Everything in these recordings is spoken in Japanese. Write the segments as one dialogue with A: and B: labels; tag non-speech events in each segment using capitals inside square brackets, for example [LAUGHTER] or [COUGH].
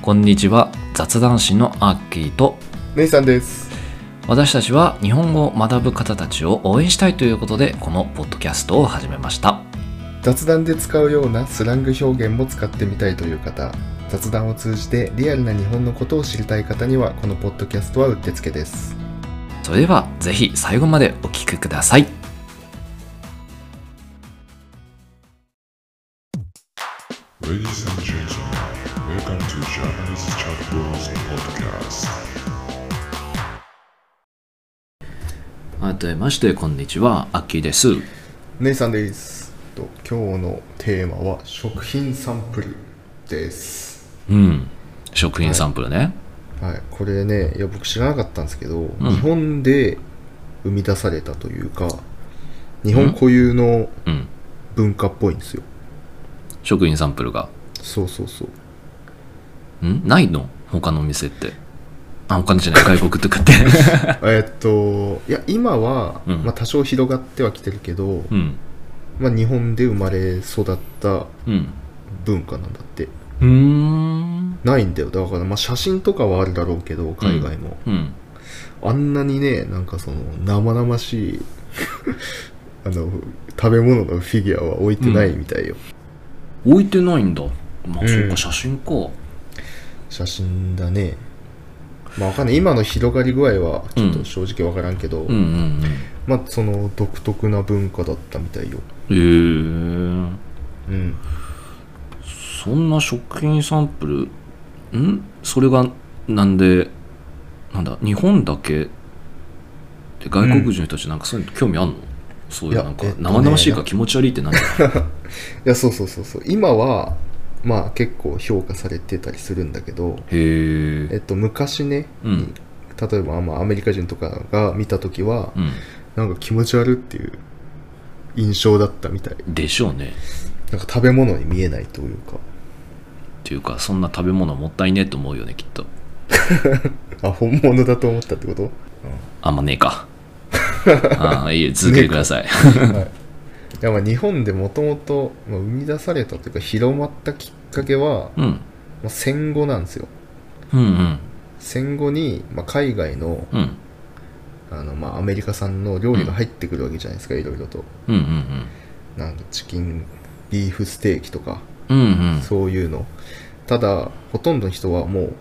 A: こんにちは雑談師のアッキーと
B: ネイさんです。
A: 私たちは日本語を学ぶ方たちを応援したいということでこのポッドキャストを始めました
B: 雑談で使うようなスラング表現も使ってみたいという方、雑談を通じてリアルな日本のことを知りたい方にはこのポッドキャストはうってつけです。
A: それではぜひ最後までお聞きください
C: Ladies and gentlemen, welcome to Japanese Chat Bros Podcast.
A: 改めましてこんにちはアッキーです
B: ネイさんです。と今日のテーマは食品サンプルです。
A: うん食品サンプルね、
B: はい、これね、いや僕知らなかったんですけど、日本で生み出されたというか、日本固有の
A: うん
B: 文化っぽいんですよ。
A: 食品サンプルが
B: そうそ
A: [LAUGHS]
B: うそう。
A: んないの他のお店ってあ他のじゃない外国とかっ
B: [LAUGHS]
A: て
B: えっといや今は、
A: うん
B: まあ、多少広がってはきてるけど、
A: うん
B: まあ、日本で生まれ育った
A: うん
B: 文化なんだって
A: うーん
B: ないんだよだから、まあ、写真とかはあるだろうけど海外も、
A: うん
B: あんなにねなんかその生々しい [LAUGHS] あの食べ物のフィギュアは置いてないみたいよ、
A: 置いてないんだまあ、
B: うん
A: そっか写真か
B: 写真だねまあわかんない今の広がり具合はち
A: う
B: ょっ
A: ん
B: と正直わからんけど、
A: うんうんうん
B: まあその独特な文化だったみたいよ
A: えー、
B: うん
A: そんな食品サンプルんそれがなんでなんだ日本だけで外国人の人たちなんかそういうの興味あんの、そうい
B: いうや
A: なんか
B: えっとね
A: 生々しいか気持ち悪いってなんだ
B: いやそうそうそうそう今はまあ結構評価されてたりするんだけど、
A: へー
B: えっと、昔ね
A: うん
B: 例えば、まあ、アメリカ人とかが見た時は、
A: う
B: なんか気持ち悪っていう印象だったみたい
A: んでしょうね
B: なんか食べ物に見えないというか
A: っていうかそんな食べ物もったいねえと思うよねきっと
B: あ本物だと思ったってこと、
A: あんまねえ
B: [LAUGHS]
A: かああいいえ続けてください
B: はい、いやまあ日本でもともとまあ生み出されたというか広まったきっかけは、
A: うん
B: まあ戦後なんですよ
A: うんうん
B: 戦後に、まあ、海外の
A: うん
B: あの、まあ、アメリカ産の料理が入ってくるわけじゃないですか、いろいろと
A: うんうん
B: なんかチキンビーフステーキとか、
A: うんうんうん
B: そういうのただほとんどの人はもう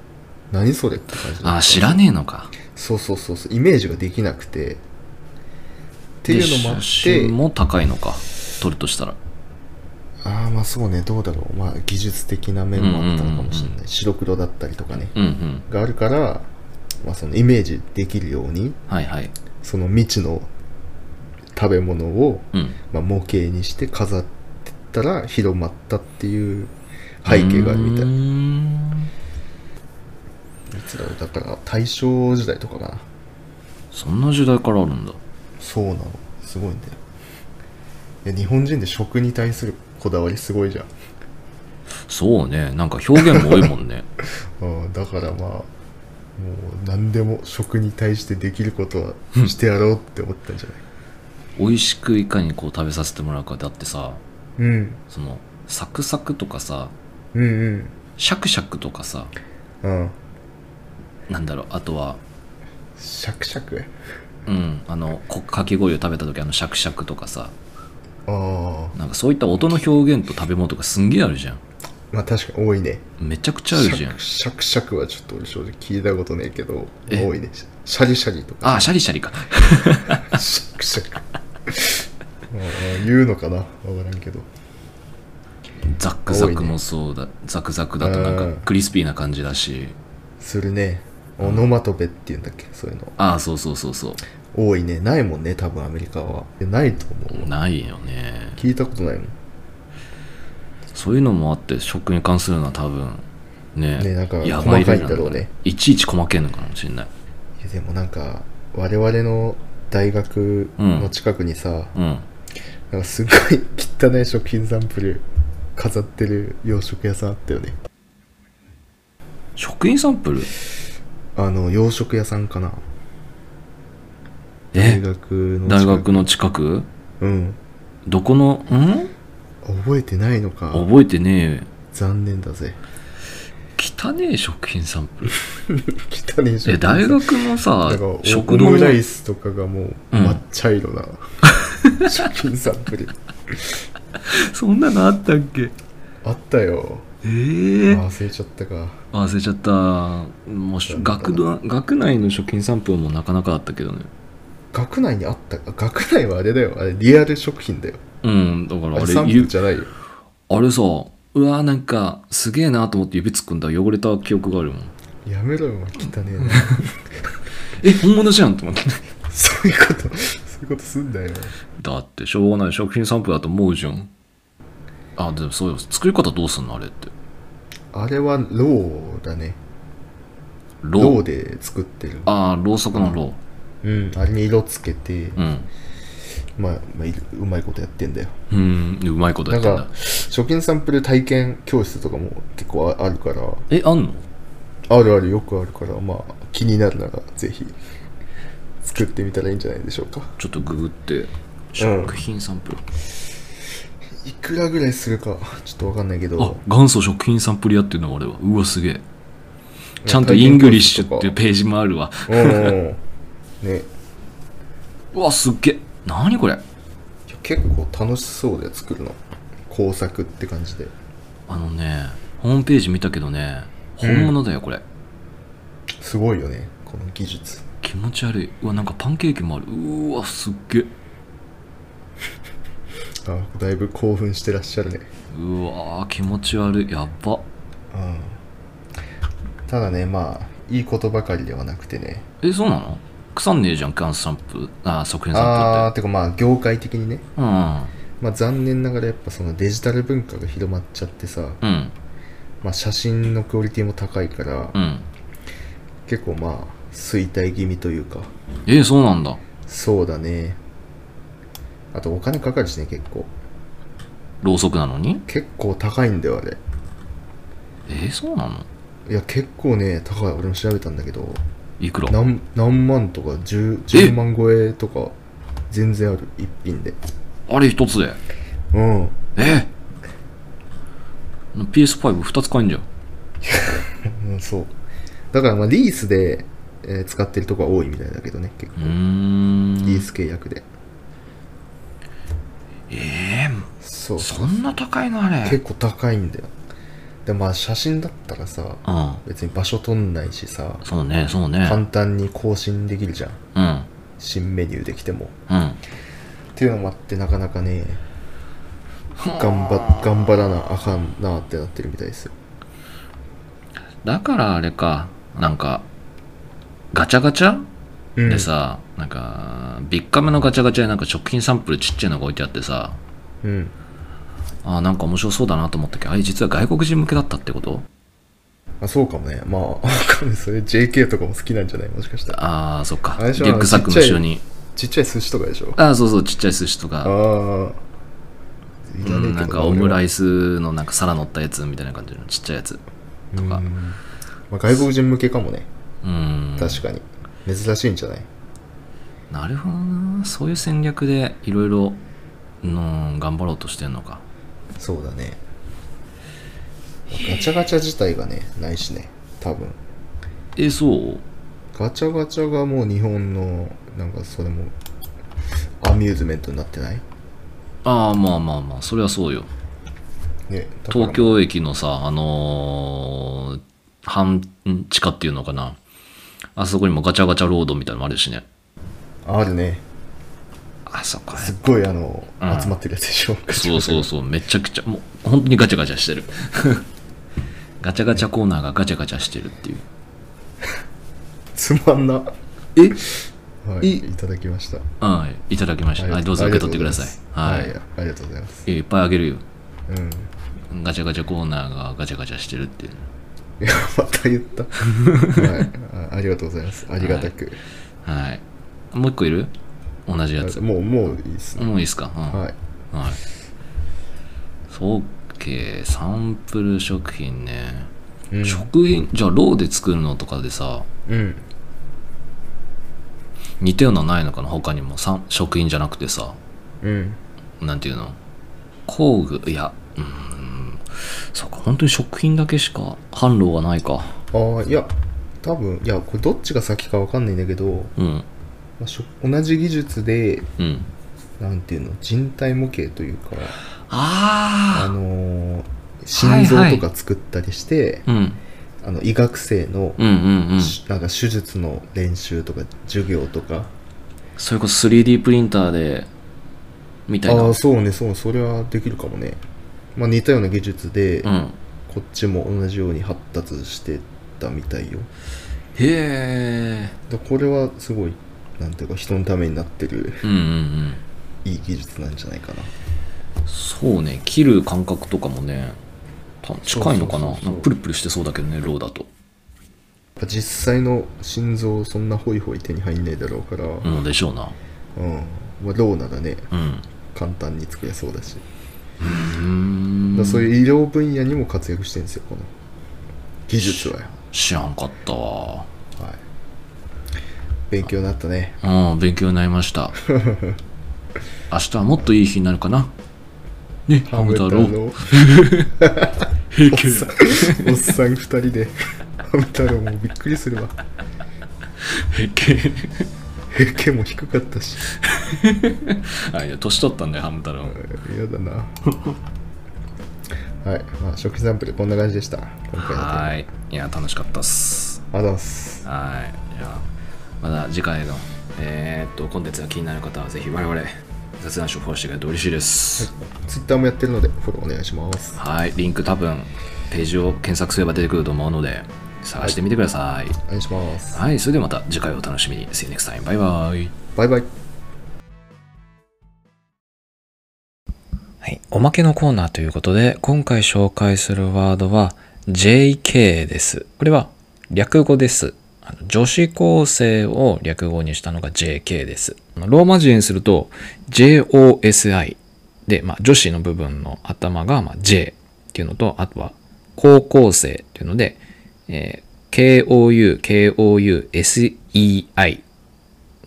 B: 何それって感じ
A: ああ知
B: ん
A: らねえのか
B: そうそうそうそうイメージができなくてっていうのもあ
A: で
B: っ
A: 写
B: て
A: 真も高いのか撮るとしたら
B: ああまあそうねどうだろうまあ技術的な面もあったのかもしれない、
A: うんうんうん
B: 白黒だったりとかね
A: うんうん
B: があるから、まあ、そのイメージできるように
A: はいはい
B: その未知の食べ物を、
A: うん
B: まあ、模型にして飾ってったら広まったっていう背景があるみたいう
A: ーん
B: いつだろうだから大正時代とかかな
A: そんな時代からあるんだ
B: そうなのすごいんだよいや日本人で食に対するこだわりすごいじゃん
A: そうねなんか表現も多いもん
B: [LAUGHS]
A: ね
B: うんだからまあもう何でも食に対してできることはしてやろうって思ったんじゃない
A: 美味しくいかにこう食べさせてもらうかだってさ
B: うん
A: そのサクサクとかさ
B: うん
A: シャクシャクとかさ
B: うんうん
A: なんだろうあとは
B: シャクシャク
A: うんあのこかき氷を食べた時あのシャクシャクとかさ
B: ああ
A: なんかそういった音の表現と食べ物とかすんげえあるじゃん
B: まあ確かに多いね
A: めちゃくち
B: シ
A: ゃあるじゃ
B: ャ
A: ん
B: クシャクシャクはちょっと俺正直聞いたことねえけど
A: え
B: 多いねシャリシャリとか
A: あシャリシャリ
B: [LAUGHS]
A: か
B: シャクシャクうん言うのかな分からんけど
A: ザックザクもそうだ、ザクザクだとなんかクリスピーな感じだし
B: するねオノマトペっていうんだっけそういうの
A: ああそうそうそうそう
B: 多いねないもんね多分アメリカはいやないと思うわ
A: ないよね
B: 聞いたことないもん
A: そういうのもあって食に関するのは多分ね
B: ねなんか
A: やば
B: 細かいん
A: レベ
B: だろうね
A: ルなんだいちいち細けえのかもしれない
B: いやでもなんか我々の大学の近くにさ、
A: うん
B: なんかすごい [LAUGHS] 汚い食品サンプル飾ってる洋食屋さんあったよね
A: 食品サンプル
B: あの洋食屋さんかな大
A: え
B: 学の
A: 大
B: 近く
A: 学の近く
B: うん
A: どこのん
B: 覚えてないのか
A: 覚えてねえ
B: 残念だぜ
A: 汚汚ねえ食品サンプル
B: 汚ねえ
A: え大学のさ
B: だから
A: 食
B: 食
A: 堂
B: 堂
A: の
B: ライスとかがもう
A: うん
B: 抹茶色な、 [LAUGHS] 食品サンプル
A: そんなのあったっけ
B: あったよ
A: ええ
B: あ
A: ー
B: 忘れちゃったか
A: 忘れちゃったもうし学度学内の食品サンプルもなかなかあったけどね
B: 学内にあったか学内はあれだよあれリアル食品だよ
A: うんだか
B: あ
A: ら
B: れ
A: あれ
B: サンプ
A: ゆ
B: ルじゃないよ
A: あれさうわーなんかすげえなと思って指突っ込んだ汚れた記憶があるもん
B: やめろよお前汚ねえな
A: え本物じゃんと思って [LAUGHS]
B: [LAUGHS] そういうことそういうことすんだよ
A: だってしょうがない食品サンプルだと思うじゃんあでもそうよ作り方どうすんのあれって
B: あれはローだね
A: ロ
B: ロ
A: ー
B: ーで作ってる
A: ああろうそくのロ
B: うんあれに色つけて、
A: ーうん
B: まあ、まあ、いるうまいことやってんだよ
A: うんうまいこと
B: な
A: やっ
B: ん
A: てんだ
B: か食品サンプル体験教室とかも結構ああるから
A: えあんの
B: あるあるよくあるからまあ気になるならぜひ作ってみたらいいんじゃないでしょうか
A: ちょっとググって食品サンプル、
B: いくらぐらいするかちょっとわかんないけ
A: あ
B: ど
A: 元祖食品サンプルやってるのあれはうわすげえちゃんと
B: 体
A: イ
B: 験
A: ングリッシュ
B: コ
A: っ
B: ー
A: て
B: ス
A: いうページもあるわ
B: うんうんうんね
A: うわすっげえ何これ
B: いや結構楽しそうで作るの工作って感じで
A: あのねホームページ見たけどね
B: うん
A: 本物だよこれ、
B: すごいよねこの技術
A: 気持ち悪いうわなんかパンケーキもあるうわすっげえ
B: あだいぶ興奮してらっしゃるね
A: うわー気持ち悪いやっば
B: うんただねまあいいことばかりではなくてね
A: えそうなの腐んねえじゃんガンサンプルあー食品
B: あー
A: サン
B: てかまあ業界的にね、
A: プルって
B: まあ、残念ながらやっぱそのデジタル文化が広まっちゃってさ、
A: うんうん
B: まあ、写真のクオリティも高いから、
A: うん
B: 結構まあ衰退気味というか
A: えー、そうなんだ
B: そうだねあとお金かかるしね結構
A: ろうそくなのに
B: 結構高いんだよあれ
A: えー、そうなの
B: いや結構ね高い俺も調べたんだけど
A: いくら
B: 何何万とか 10,
A: え
B: 10万超えとか全然ある一品で
A: あれ一つで
B: うん
A: え PS52 つ買えんじゃん
B: うん、そう。だから、まあ、リースで、えー使ってるとこが多いみたいだけどね、結
A: う
B: 構。リ
A: ー
B: ー
A: ん
B: ス契約で。
A: え
B: そ
A: ー、
B: う。
A: そんな高いのあ
B: 結
A: れ
B: 構高いんだよ。で、まあ、写真だったらさ、
A: うん
B: 別に場所取んないしさ、
A: そうねそうね
B: 簡単に更新できるじゃん。
A: うん
B: 新メニューできても。
A: うん
B: っていうのもあって、なかなかね、頑張、頑張らなあかんなってなってるみたいですよ。
A: だからあれかなんかガチャガチャ
B: うん。
A: でさ、なんかビッカメのガチャガチャでなんか食品サンプルちっちゃいのが置いてあってさ
B: うん。
A: あーなんか面白そうだなと思ったけどあれ実は外国人向けだったってこと
B: あ、そうかもね。まあ、わかんない。それ JK とかも好きなんじゃないもしかしたら。
A: ああそっか
B: あ
A: リ
B: れでしょ
A: ュックサックの後ろに
B: ちっちゃい寿司とかでしょ。
A: ああそうそうちっちゃい寿司と
B: あ
A: か、
B: あ。いら
A: う
B: ねえけど
A: ん、なんかオムラ
B: イ
A: イスのなんか皿乗ったやつみたいな感じのちっちゃいやつとか
B: まあ、外国人向けかもね
A: うん
B: 確かに、珍しいんじゃない
A: なるほどなそういう戦略でいろいろうん頑張ろうとしてんのか
B: そうだねガチャガチャ自体がねないしね多分
A: えそう
B: ガチャガチャがもう日本のなんかそれもアミューズメントになってない
A: ああまあまあまあそれはそうよ
B: ねだから
A: 東京駅のさあのー半ん地下っていうのかなあそこにもガチャガチャロードみたいなのもあるしね
B: あるね
A: あそこ
B: すっごいあの、
A: うん
B: 集まってるやつでしょガチ
A: そ
B: ャ
A: う
B: ガチャ
A: そうそうめちゃくちゃもう本当にガチャガチャしてる [LAUGHS] ガチャガチャコーナーがガチャガチャしてるっていう
B: [LAUGHS] つまんなは
A: え
B: い
A: い
B: いただきました
A: はいいただきましたはいどうぞ受け取ってください
B: あ
A: はい
B: りがとうござますはいありがとうございます
A: いやいっぱいあげるよ
B: うん
A: ガチャガチャコーナーがガチャガチャしてるっていう
B: いや、また言った。はい、あありがとうございます。ありがたく。
A: はいもう一個いる同じやつ
B: もう、もういいっすね。
A: もういいっすかうん
B: はい。
A: はい。そうけ、サンプル食品ね。
B: うん。
A: 食品、じゃあ、ローで作るのとかでさ、
B: うん、
A: 似たようなのないのかな他にも。さん食品じゃなくてさ、
B: うん
A: なんていうの工具、いや、うーん、
D: そうか本当に食品だけしか販路がないか
B: ああいや多分いやこれどっちが先かわかんないんだけど、
D: う
B: ま
D: ん
B: あしょ同じ技術で
D: うん
B: なんていうの人体模型というかあ
D: あ
B: のー心臓とか作ったりして、
D: あ、うん、
B: あの医学生の、
D: うんうんうん
B: しなんか手術の練習とか授業とか
D: それこそ 3D プリンターでみたいな
B: ああ
D: う
B: そうねそうそれはできるかもね、まあ、似たような技術で、
D: ん
B: こっちも同じように発達してたみたいよ
D: へえ
B: だこれはすごいなんていうか人のためになってる
D: うんうんうん
B: いい技術なんじゃないかな
D: そうね切る感覚とかもねた近いのかな
B: そうそうそうそう
D: なんかプルプルしてそうだけどねローだと
B: やっぱ実際の心臓そんなホイホイ手に入んないだろうから、うん
D: うんでしょうな
B: まあ、ローならね
D: うん
B: 簡単に作れそうだし、
D: うん
B: だからそういう医療分野にも活躍してるんですよこの技術はよ
D: 知らんかったわ
B: はい勉強になったね
D: うん勉強になりました
B: [LAUGHS]
D: 明日はもっといい日になるかなねハム太郎
B: おっ
D: 平気
B: さんおっさん2人でハム太郎もびっくりするわ
D: 平気
B: 平均も低かったし
D: [LAUGHS] あいや年取ったんだよハム太郎
B: 嫌
D: [LAUGHS]
B: だなはい、まあ、食品サンプルこんな感じでした今回のテーマあ
D: は
B: り
D: ーいいや楽しかったっす
B: がとうございます
D: はい。じゃあ、まだ次回の、えーっと、コンテンツが気になる方は、ぜひ我々、雑談書をフォローしてくれると嬉しい
B: [LAUGHS]
D: です。
B: Twitter もやってるのでフォローお願いします
D: はい。リンク多分、ページを検索すれば出てくると思うので、探してみてください。
B: お願いします
D: はい。それではまた次回をお楽しみに。See you next time. バイバイ。
B: バイバイ
A: はい、おまけのコーナーということで、今回紹介するワードは JK です。これは略語です。あの女子高生を略語にしたのが JK です。あのローマ字にすると JOSI で、まあ、女子の部分の頭が、まあ、J っていうのと、あとは高校生っていうので、えー KOU、KOU、SEI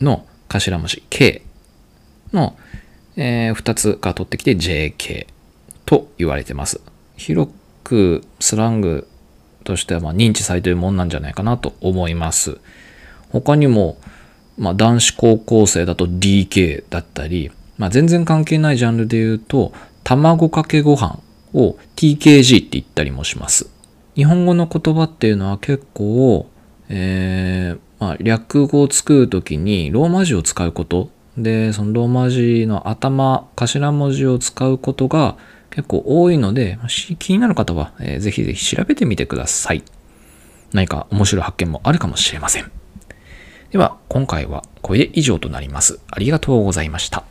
A: の頭文字 K の、え2つが取ってきて JK と言われてます。広くスラングとしてはまあ認知されているもんなんじゃないかなと思います。他にも、まあ、男子高校生だと DK だったり、まあ、全然関係ないジャンルで言うと卵かけご飯を TKG って言ったりもします。日本語の言葉っていうのは結構、えーまあ、略語を作るときにローマ字を使うことでそのローマ字の頭頭文字を使うことが結構多いのでもし気になる方は、えーぜひぜひ調べてみてください何か面白い発見もあるかもしれませんでは今回はこれで以上となりますありがとうございました